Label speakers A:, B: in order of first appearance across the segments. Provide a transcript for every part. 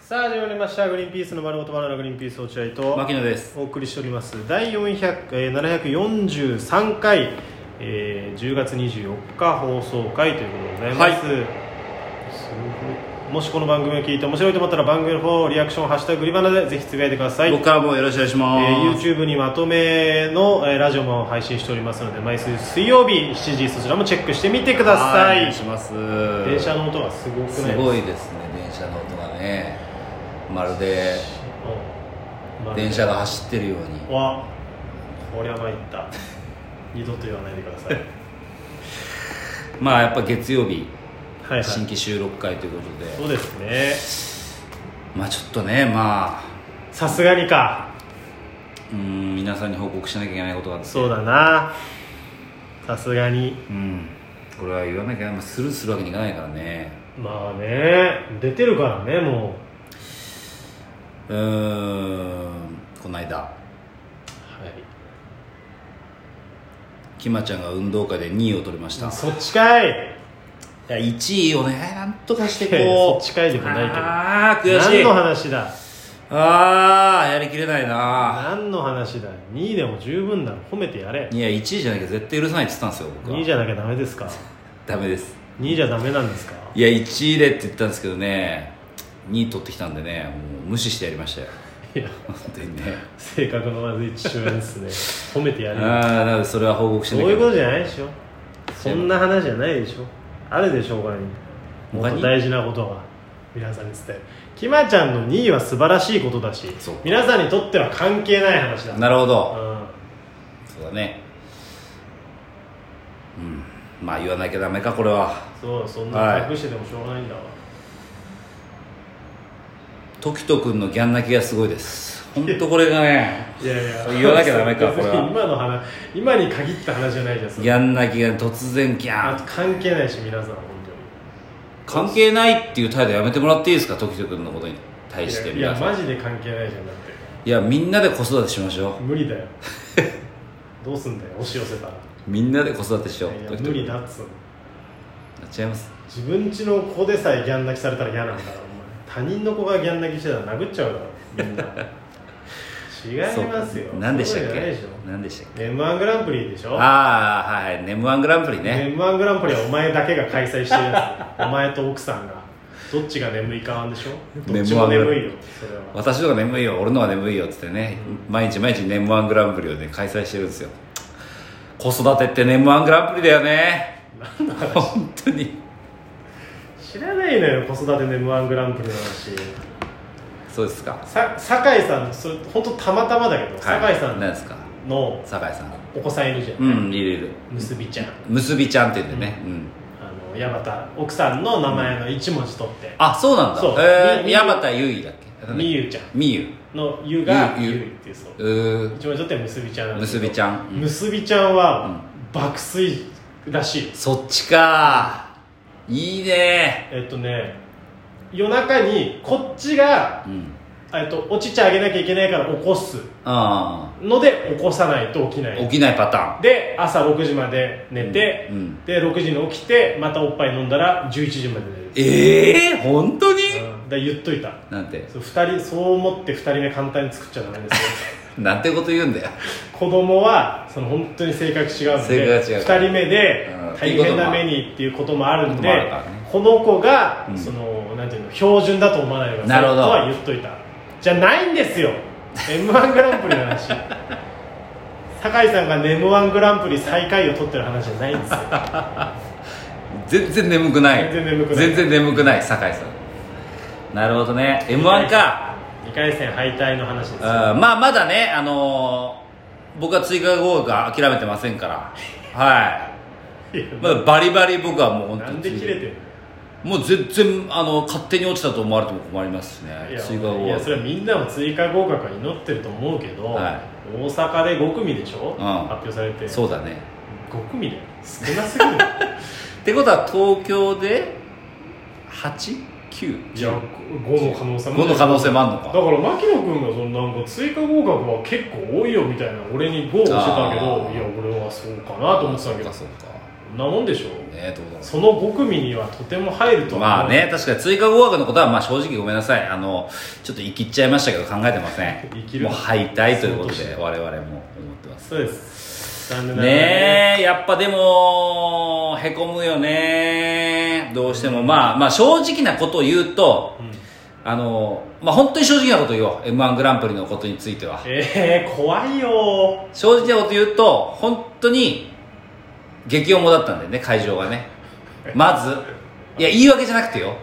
A: さあ始まりました「グリーンピースの丸ごとバナナグリーンピース落合」と
B: 牧野です
A: お送りしております第400えー743回、えー10月24日放送回ということでございます、すごいもしこの番組を聞いて面白いと思ったら番組の方リアクション「ハッシュタググリバナ」でぜひつぶやいてください
B: 僕からもよろしくお願いし
A: えー
B: ます、
A: YouTube にまとめの、えーラジオも配信しておりますので毎週水曜日7時そちらもチェックしてみてくださ
B: はい
A: い
B: お願いします
A: 電車の音がすごくない
B: すごいですね電車の音がねまるで
A: うんまあ
B: 電車が走ってるように
A: わこりゃ参った二度と言わないでくだ さい
B: まあやっぱ月曜日
A: はい、はい、
B: 新規収録会ということで、
A: そうですね
B: まあちょっとねまあ
A: さすがにか
B: うーん皆さんに報告しなきゃいけないことがあって
A: そうだなさすがに
B: うんこれは言わなきゃまあスルーするわけにいかないからね
A: まあね出てるからねも
B: うーんこの間
A: う
B: きまちゃんが運動会で2位を取りました
A: はいそっちかい
B: いや1位をねなんとかして
A: いやいや そ
B: こ
A: っ
B: う
A: ちかいでもないけど
B: ああ悔し
A: 何
B: い
A: の話だ
B: ああやりきれないな
A: 何の話だ2位でも十分だろ褒めてやれ
B: いや1位じゃなきゃ絶対許さないって言ったんですよ僕は
A: 2位じゃなきゃダメですか
B: ダメです
A: 2位じゃダメなんですか
B: いや1位でって言ったんですけどね2位取ってきたんでねもう無視してやりましたよ
A: いや
B: 本当にね
A: 性格のまずい父親ですね褒めてやれよ
B: ああなのでそれは報告
A: そ
B: し
A: う
B: なきゃ
A: いうことじゃないでしょそんな話じゃないでしょあるでしょうかにも
B: 他
A: っ
B: に
A: と大事なことが皆さんに伝えるきまちゃんの2位は素晴らしいことだし
B: そうか
A: 皆さんにとっては関係ない話だ
B: なるほど
A: うん
B: そうだねうんまあ言わなきゃダメかこれは
A: そうそん
B: は
A: ない隠しててもしょうがないんだわ、
B: 時人君のギャン泣きがすごいです本当これがね
A: い、やいや
B: 言わなきゃダメか
A: 別に
B: これは
A: 今の話今に限った話じゃないじゃんそ
B: ギ
A: れ
B: ャン泣きが突然ギャ
A: あ
B: ン
A: 関係ないし皆さん本
B: 関係ないっていう態度やめてもらっていいですか時人君のことに
A: 当
B: 対
A: に
B: して
A: いや
B: 皆
A: いや
B: さん
A: マジで関係ないじゃんだって
B: いやみんなで子育てしましょ
A: 無理 だよどうすんだよ押し寄せたらいう
B: みんなで子育てしよう
A: や
B: 時
A: 無
B: 々
A: 理だっつうの
B: やっちゃいます
A: 自分家の子でさえギャン泣きされたら嫌なんだろお前他人の子がギャン泣きしてたら殴っちゃうだろみんな違いますよ
B: そう何でしたっ
A: そういうことじゃないでし
B: け何でしたっけ
A: ょ m 1グランプリでしょ
B: ああはいネムワングランプリね
A: m 1グランプリはお前だけが開催してるやつお前と奥さんがどっちが眠いかなんでしょどっちも
B: M1
A: 眠いよそれは
B: 私のが眠いよ俺のが眠いよっつってね、毎日毎日ネムワングランプリをね開催してるんですよ子育てってネムワングランプリだよね
A: 何の話
B: 本当に
A: 知らないのよ子育ての m 1グランプリの話
B: そうですか
A: さ酒井さんそれ本当たまたまだけど、
B: はい
A: 酒井さ
B: 何
A: ん
B: ですか
A: の
B: 酒井さん
A: お子さんいるじゃん、
B: うんいるいる
A: 結びちゃん
B: 結びちゃんって言うんでね、うん
A: あの矢端奥さんの名前の一文字取って、
B: あそうなんだ
A: そう
B: え
A: み
B: ー、山田優衣だっけ
A: みゆちゃ
B: みゆ
A: んの「ゆ」が「
B: ゆ
A: ゆ
B: ゆ」
A: っていうそう
B: うー
A: 一文字取って結びちゃんなんだけど
B: 結びちゃんうん
A: 結びちゃん
B: う
A: は
B: ん
A: 爆睡らしいよ
B: そっちかいいね
A: えっとね夜中にこっちが
B: うん
A: えっとお乳あげなきゃいけないから起こす
B: あ
A: ので起こさないと起きな
B: あ起
A: い
B: きないパタ
A: で朝6時まで寝て、
B: ーンうん
A: で6時に起きてまたおっぱい飲んだら11時まで寝る、
B: ええー、本当に
A: うん、だから言っといた
B: なんて
A: そう二人そう思って2人目簡単に作っちゃダメですよ
B: なんてこと言うんだよ
A: 子供はその本当に性格違うんで
B: 性格が
A: 2
B: 違う
A: 人目で
B: うん
A: 大変な目にっていうこともあるんで
B: いいこともあるからね
A: この子が
B: うん
A: そのなんていうの標準だと思わないでください
B: なるほど
A: とは言っといたじゃないんですよ m 1グランプリの話酒井さんが m 1グランプリ最下位を取ってる話じゃないんです よ
B: 全然眠くない
A: 全然眠くない
B: 全然眠くない酒井さんなるほどね m 1か
A: 2回戦敗退の話ですよ
B: あーまあまだねあのー僕は追加合格諦めてませんからはい
A: いや
B: まだバリバリ僕はもう本当
A: な
B: に
A: んで切れてる
B: もう全然あの勝手に落ちたと思われても困りますしね
A: いや
B: 追
A: い
B: 加合
A: やそれ
B: 格
A: はみんなも追加合格は祈ってると思うけど、
B: は
A: 大阪で5組でしょ、
B: ん
A: 発表されて
B: そうだね
A: 5組だよ少なすぎる
B: ってことは東京で895
A: いや5の可能性も
B: の可能性もあんの
A: だ
B: か
A: から牧野君がそのなんか追加合格は結構多いよみたいな俺に5をしてたけど
B: あ
A: い
B: ー
A: や俺はそうかなと思ってたけど
B: そうかそうか
A: んなもんでしょう
B: ねどうだろ
A: その5組にはとても入ると
B: う
A: は
B: まあね確かに追加合格のことはまあ正直ごめんなさいあのちょっと生きっちゃいましたけど考えてません
A: 生きる
B: もう敗退ということ
A: その
B: で我々も思ってます
A: そうです残念ながら
B: ねえやっぱでもへこむよねどうしてもまあまあ正直なことを言うと
A: うん
B: あのまあ本当に正直なこと言おう m 1グランプリのことについては
A: えー、怖いよ
B: 正直なこと言うと本当に激重だったんだよね会場がねまずいや言い訳じゃなくてよ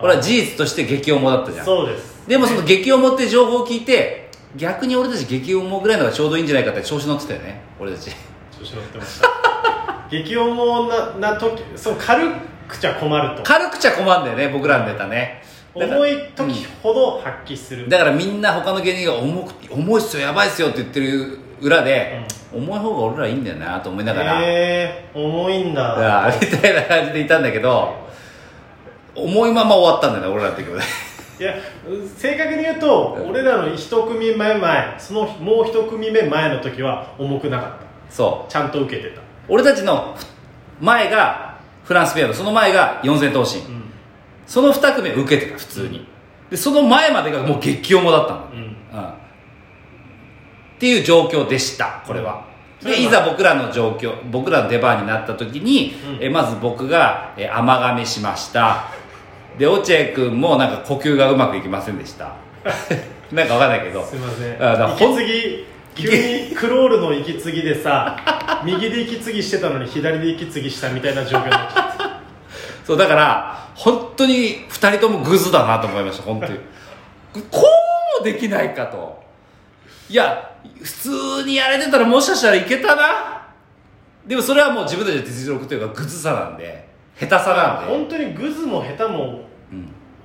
B: 俺は事実として激重だったじゃん
A: そうです
B: でもその激重って情報を聞いて逆に俺たち激重ぐらいのがちょうどいいんじゃないかって調子乗ってたよね俺たち
A: 調子乗ってました 激重なな時そう軽くちゃ困ると
B: 軽くちゃ困るんだよね僕らのネタねだから
A: 重い時ほど発揮する、
B: だからみんな他の芸人が重く重いっすよやばいっすよって言ってる裏で、重い方が俺らいいんだよなと思いながら、
A: えー、重いんだ
B: あーみたいな感じでいたんだけど重いまま終わったんだよね俺らってけどね
A: いや正確に言うと俺らの一組前前そのもう一組目前の時は重くなかっ
B: そ
A: たちゃんと受けてた
B: う俺たちの前がフランスペアでその前が四千頭身
A: うん
B: その2組は受けてた普通にでその前までがもう激重だったの
A: うん
B: うんっていう状況でしたこれは、
A: それは
B: でいざ僕らの状況僕らの出番になった時に、
A: うん
B: えまず僕がえ甘噛みしましたで落合君もなんか呼吸がうまくいきませんでした なんかわかんないけど
A: すいません
B: あだから
A: 息継ぎ急にクロールの息継ぎで さ右で息継ぎしてたのに左で息継ぎしたみたいな状況になっちゃっ
B: そうだから本当に2人ともグズだなと思いました本当にこうもできないかといや普通にやれてたらもしかしたらいけたなでもそれはもう自分たちの実力というかグズさなんで下手
A: た
B: さなんで、
A: 本当にグズも下手も
B: う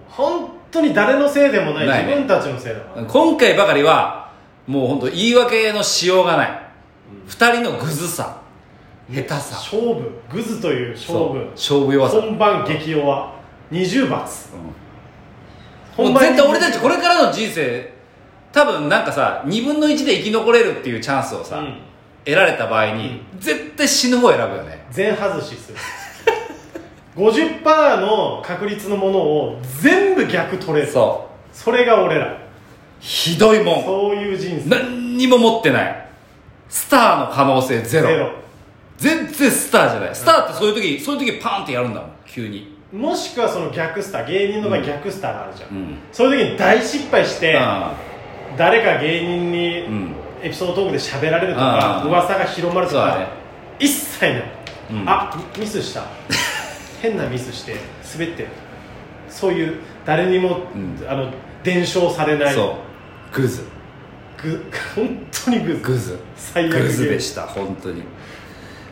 A: 本当に誰のせいでもない
B: ないね
A: 自分たちのせいだから
B: ん、今回ばかりはもう本当言い訳のしようがない、二2人のグズさ下手さ
A: 勝負グズという勝
B: そう
A: 負
B: 勝負弱さ、うん
A: 本番激弱20罰
B: もう
A: 本番
B: 絶
A: に
B: 対俺たちこれからの人生多分なんかさ2分の1で生き残れるっていうチャンスをさ、
A: うん
B: 得られた場合に、絶対死ぬ方を選ぶよね
A: 全外しする50%の確率のものを全部逆取れる
B: そう
A: それが俺ら
B: ひどいもん
A: そういう人生
B: 何にも持ってないスターの可能性ゼロ
A: ゼロ
B: 全然スターじゃないスターってそういう時、そういう時パーンってやるんだもん急に
A: もしくはその逆スター芸人の場合逆スターがあるじゃん、
B: うん
A: そういう時に大失敗して
B: あ
A: 誰か芸
B: あう
A: 人に
B: ん
A: エピソードトークで喋られるとか
B: うん
A: 噂が広まると
B: そうだね
A: か一切ない、
B: うん
A: あミミスした 変なミスして滑ってそういう誰にも、
B: うん
A: あの伝承されない
B: そうグズ
A: ぐ 本当にグズ
B: グズ
A: 最悪
B: グズでした本当に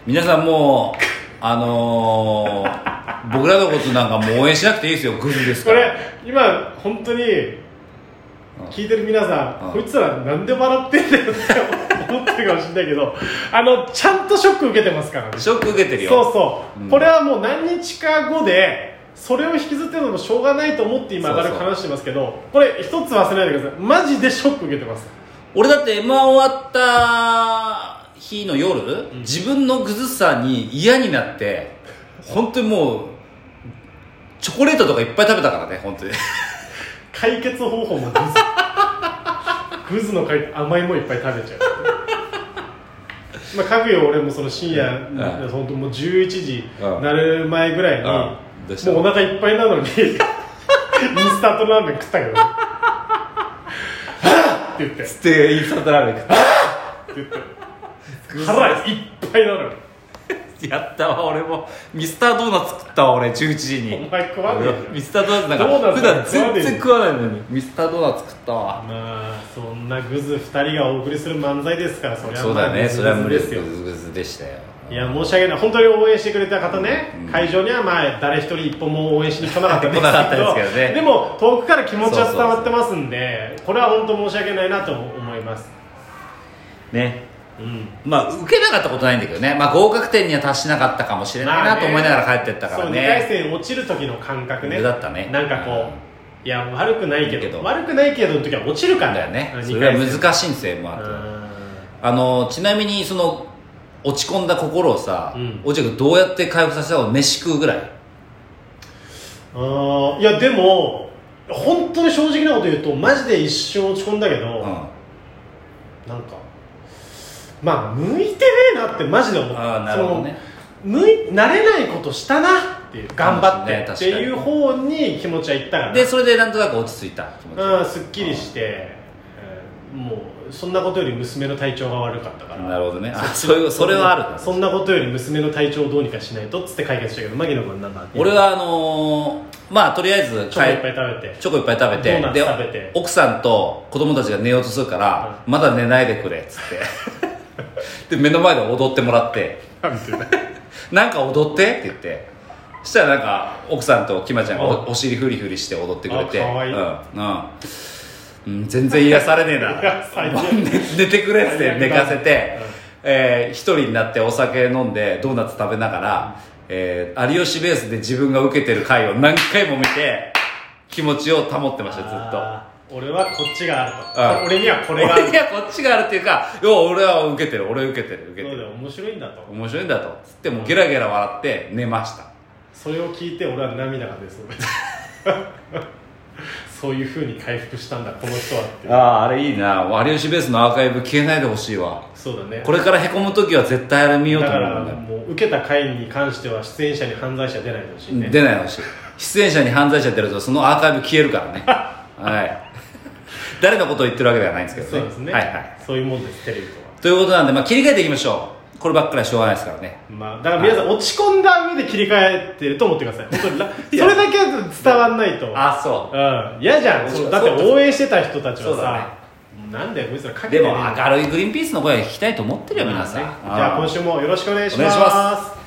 B: 皆さんも うあのー僕らのことなんかもう応援しなくていいですよグズです
A: こ
B: か
A: れ
B: ら
A: 今本当に聞いてる皆さん、
B: うん
A: こいつらなんで笑ってんだよって思ってるかもしれないけどあのちゃんとショック受けてますからね
B: ショック受けてるよ
A: そうそう、
B: うん
A: これはもう何日か後でそれを引きずってるのもしょうがないと思って今
B: そう
A: 明
B: そう
A: るく話してますけどこれ一つ忘れないでくださいマジでショック受けてます
B: 俺だって M−1 終わった日の夜、自分のグズさに嫌になって本当にもうチョコレートとかいっぱい食べたからね本当に
A: 解決方法もグズグズの解甘いもんいっぱい食べちゃうまあかぐよ俺もその深夜、
B: うん
A: 本当もう11時
B: うん
A: なる前ぐらいに、
B: うんどうした
A: もうお腹いっぱいなの にインスタントラーメン食ったけどねはぁって言って
B: つってインスタントラーメ ン
A: 腹いっぱいなのに
B: やったわ俺もミスタードーナツ食ったわ俺11時
A: お
B: に
A: 前食わねえじゃん
B: ミスタードーナツなん
A: ドーナ
B: か
A: ツ
B: 普
A: なん
B: 段
A: か食わねえ
B: 全然食わないのにミスタードーナツ食った
A: ま
B: わ
A: あそんなグズ2人がお送りする漫才ですからそれは
B: そうだよ
A: ま
B: ね
A: あ
B: それは無
A: グ
B: 理で
A: ズグズ
B: すよ
A: で
B: グズグズでしたよ
A: すよいや申し訳ない本当に応援してくれた方ね、会場にはまあ誰一人一歩も応援しに来なかったんですけ
B: 来なか
A: ど
B: ったですけどね
A: でも遠くから気持ちは伝わってますんでこれは本当申し訳ないなと思います
B: ね
A: うん
B: まあ受けなかったことないんだけどね、まあ、合格点には達しなかったかもしれないなと思いながら帰ってったから
A: そう2回
B: ね
A: 戦落ちる時の感覚ね
B: 無駄だったね
A: なんかこう、
B: うん
A: いや悪くないけど
B: いいけど
A: 悪くないけどの時は落ちるから
B: だよね
A: うん
B: それは
A: 二回戦
B: 難しいんですよ m
A: う
B: 1
A: ん
B: あのちなみにその落ち込んだ心をさ、
A: うん
B: 落合君どうやって回復させたの飯食うぐらい
A: あーいやでも本当に正直なこと言うとマジで一瞬落ち込んだけど、
B: うんあ
A: なんかまあ向いてねえなってマジで思った
B: あなるほどね
A: その向い慣れないことしたなっていう頑張って、
B: ね確
A: っ
B: か
A: て
B: に
A: いう方に気持ちはいったから
B: でそれでなんとなく落ち着いた気持ち
A: うんすっきりして、えーもうそんなことより娘の体調が悪かったから
B: なるほどねあそういうそれはある
A: そんなことより娘の体調をどうにかしないとっつって解決したけど牧野君なんか
B: 俺はあのーまあとりあえず
A: ちょっといっ
B: 帰
A: ぱい食べて
B: チョコいっぱい食べて
A: ドーナツ食べて
B: で奥さんと子供たちが寝ようとするから、まだ寝ないでくれっつっ てで目の前で踊ってもらってなんか踊ってって言ってそしたらなんか奥さんときまちゃんが
A: あ
B: おお尻フリフリして踊ってくれて
A: あ可愛い
B: うんうんうん、全然癒されね え
A: 癒され
B: な
A: ね
B: 寝てくれっつ って寝かせて
A: うん、
B: えー一人になってお酒飲んでドーナツ食べながら、えー有吉ベースで自分が受けてる回を何回も見て気持ちを保ってましたずっと。
A: あー俺はこっちがある
B: うん
A: と俺にはこれがあ る
B: 俺にはこっちがあるっていうか、よ俺は受けてる、俺受けてる、受け
A: そ
B: て
A: うだ
B: る。
A: よ面白いんだと
B: 面白いんだと。つって、もうゲラゲラ笑って寝ました。
A: それを聞いて俺は涙が出そう ですそういうふうに回復したんだこの人はっていう
B: ああ、あれいいな。有吉ベースのアーカイブ消えないでほしいわ。
A: そうだね
B: これからへこむ時は絶対あれ見よう
A: だ
B: と
A: か
B: 思
A: ら
B: うんだよ。
A: もう受けた回に関しては出演者に犯罪者出ないでほしいね
B: 出ないでほしい。出演者に犯罪者出ると、そのアーカイブ消える からね。はい。誰のことを言ってるわけではないんですけどね。
A: そうですね、
B: はいはい。
A: そういうもんですテレビとは
B: ということなんで、まあ切り替えていきましょう。こればっかりはしょうがないですからね。
A: まあ、だから皆さん落ち込んだ上で切り替えてると思ってください本当に らそ
B: や
A: れだけは伝わんないと
B: あ、そう。
A: うん嫌じゃん
B: そう
A: そうだって応援してた人たち
B: そ
A: は
B: うだ
A: さ、なんだよこいつらかけて
B: で
A: ねえ
B: も明るいグリーンピースの声が聞きたいと思ってるよ皆
A: まあ
B: さ
A: ね
B: ん、
A: じゃあ今
B: 週
A: 週もよろしくお願いし
B: お願いし
A: ま
B: ます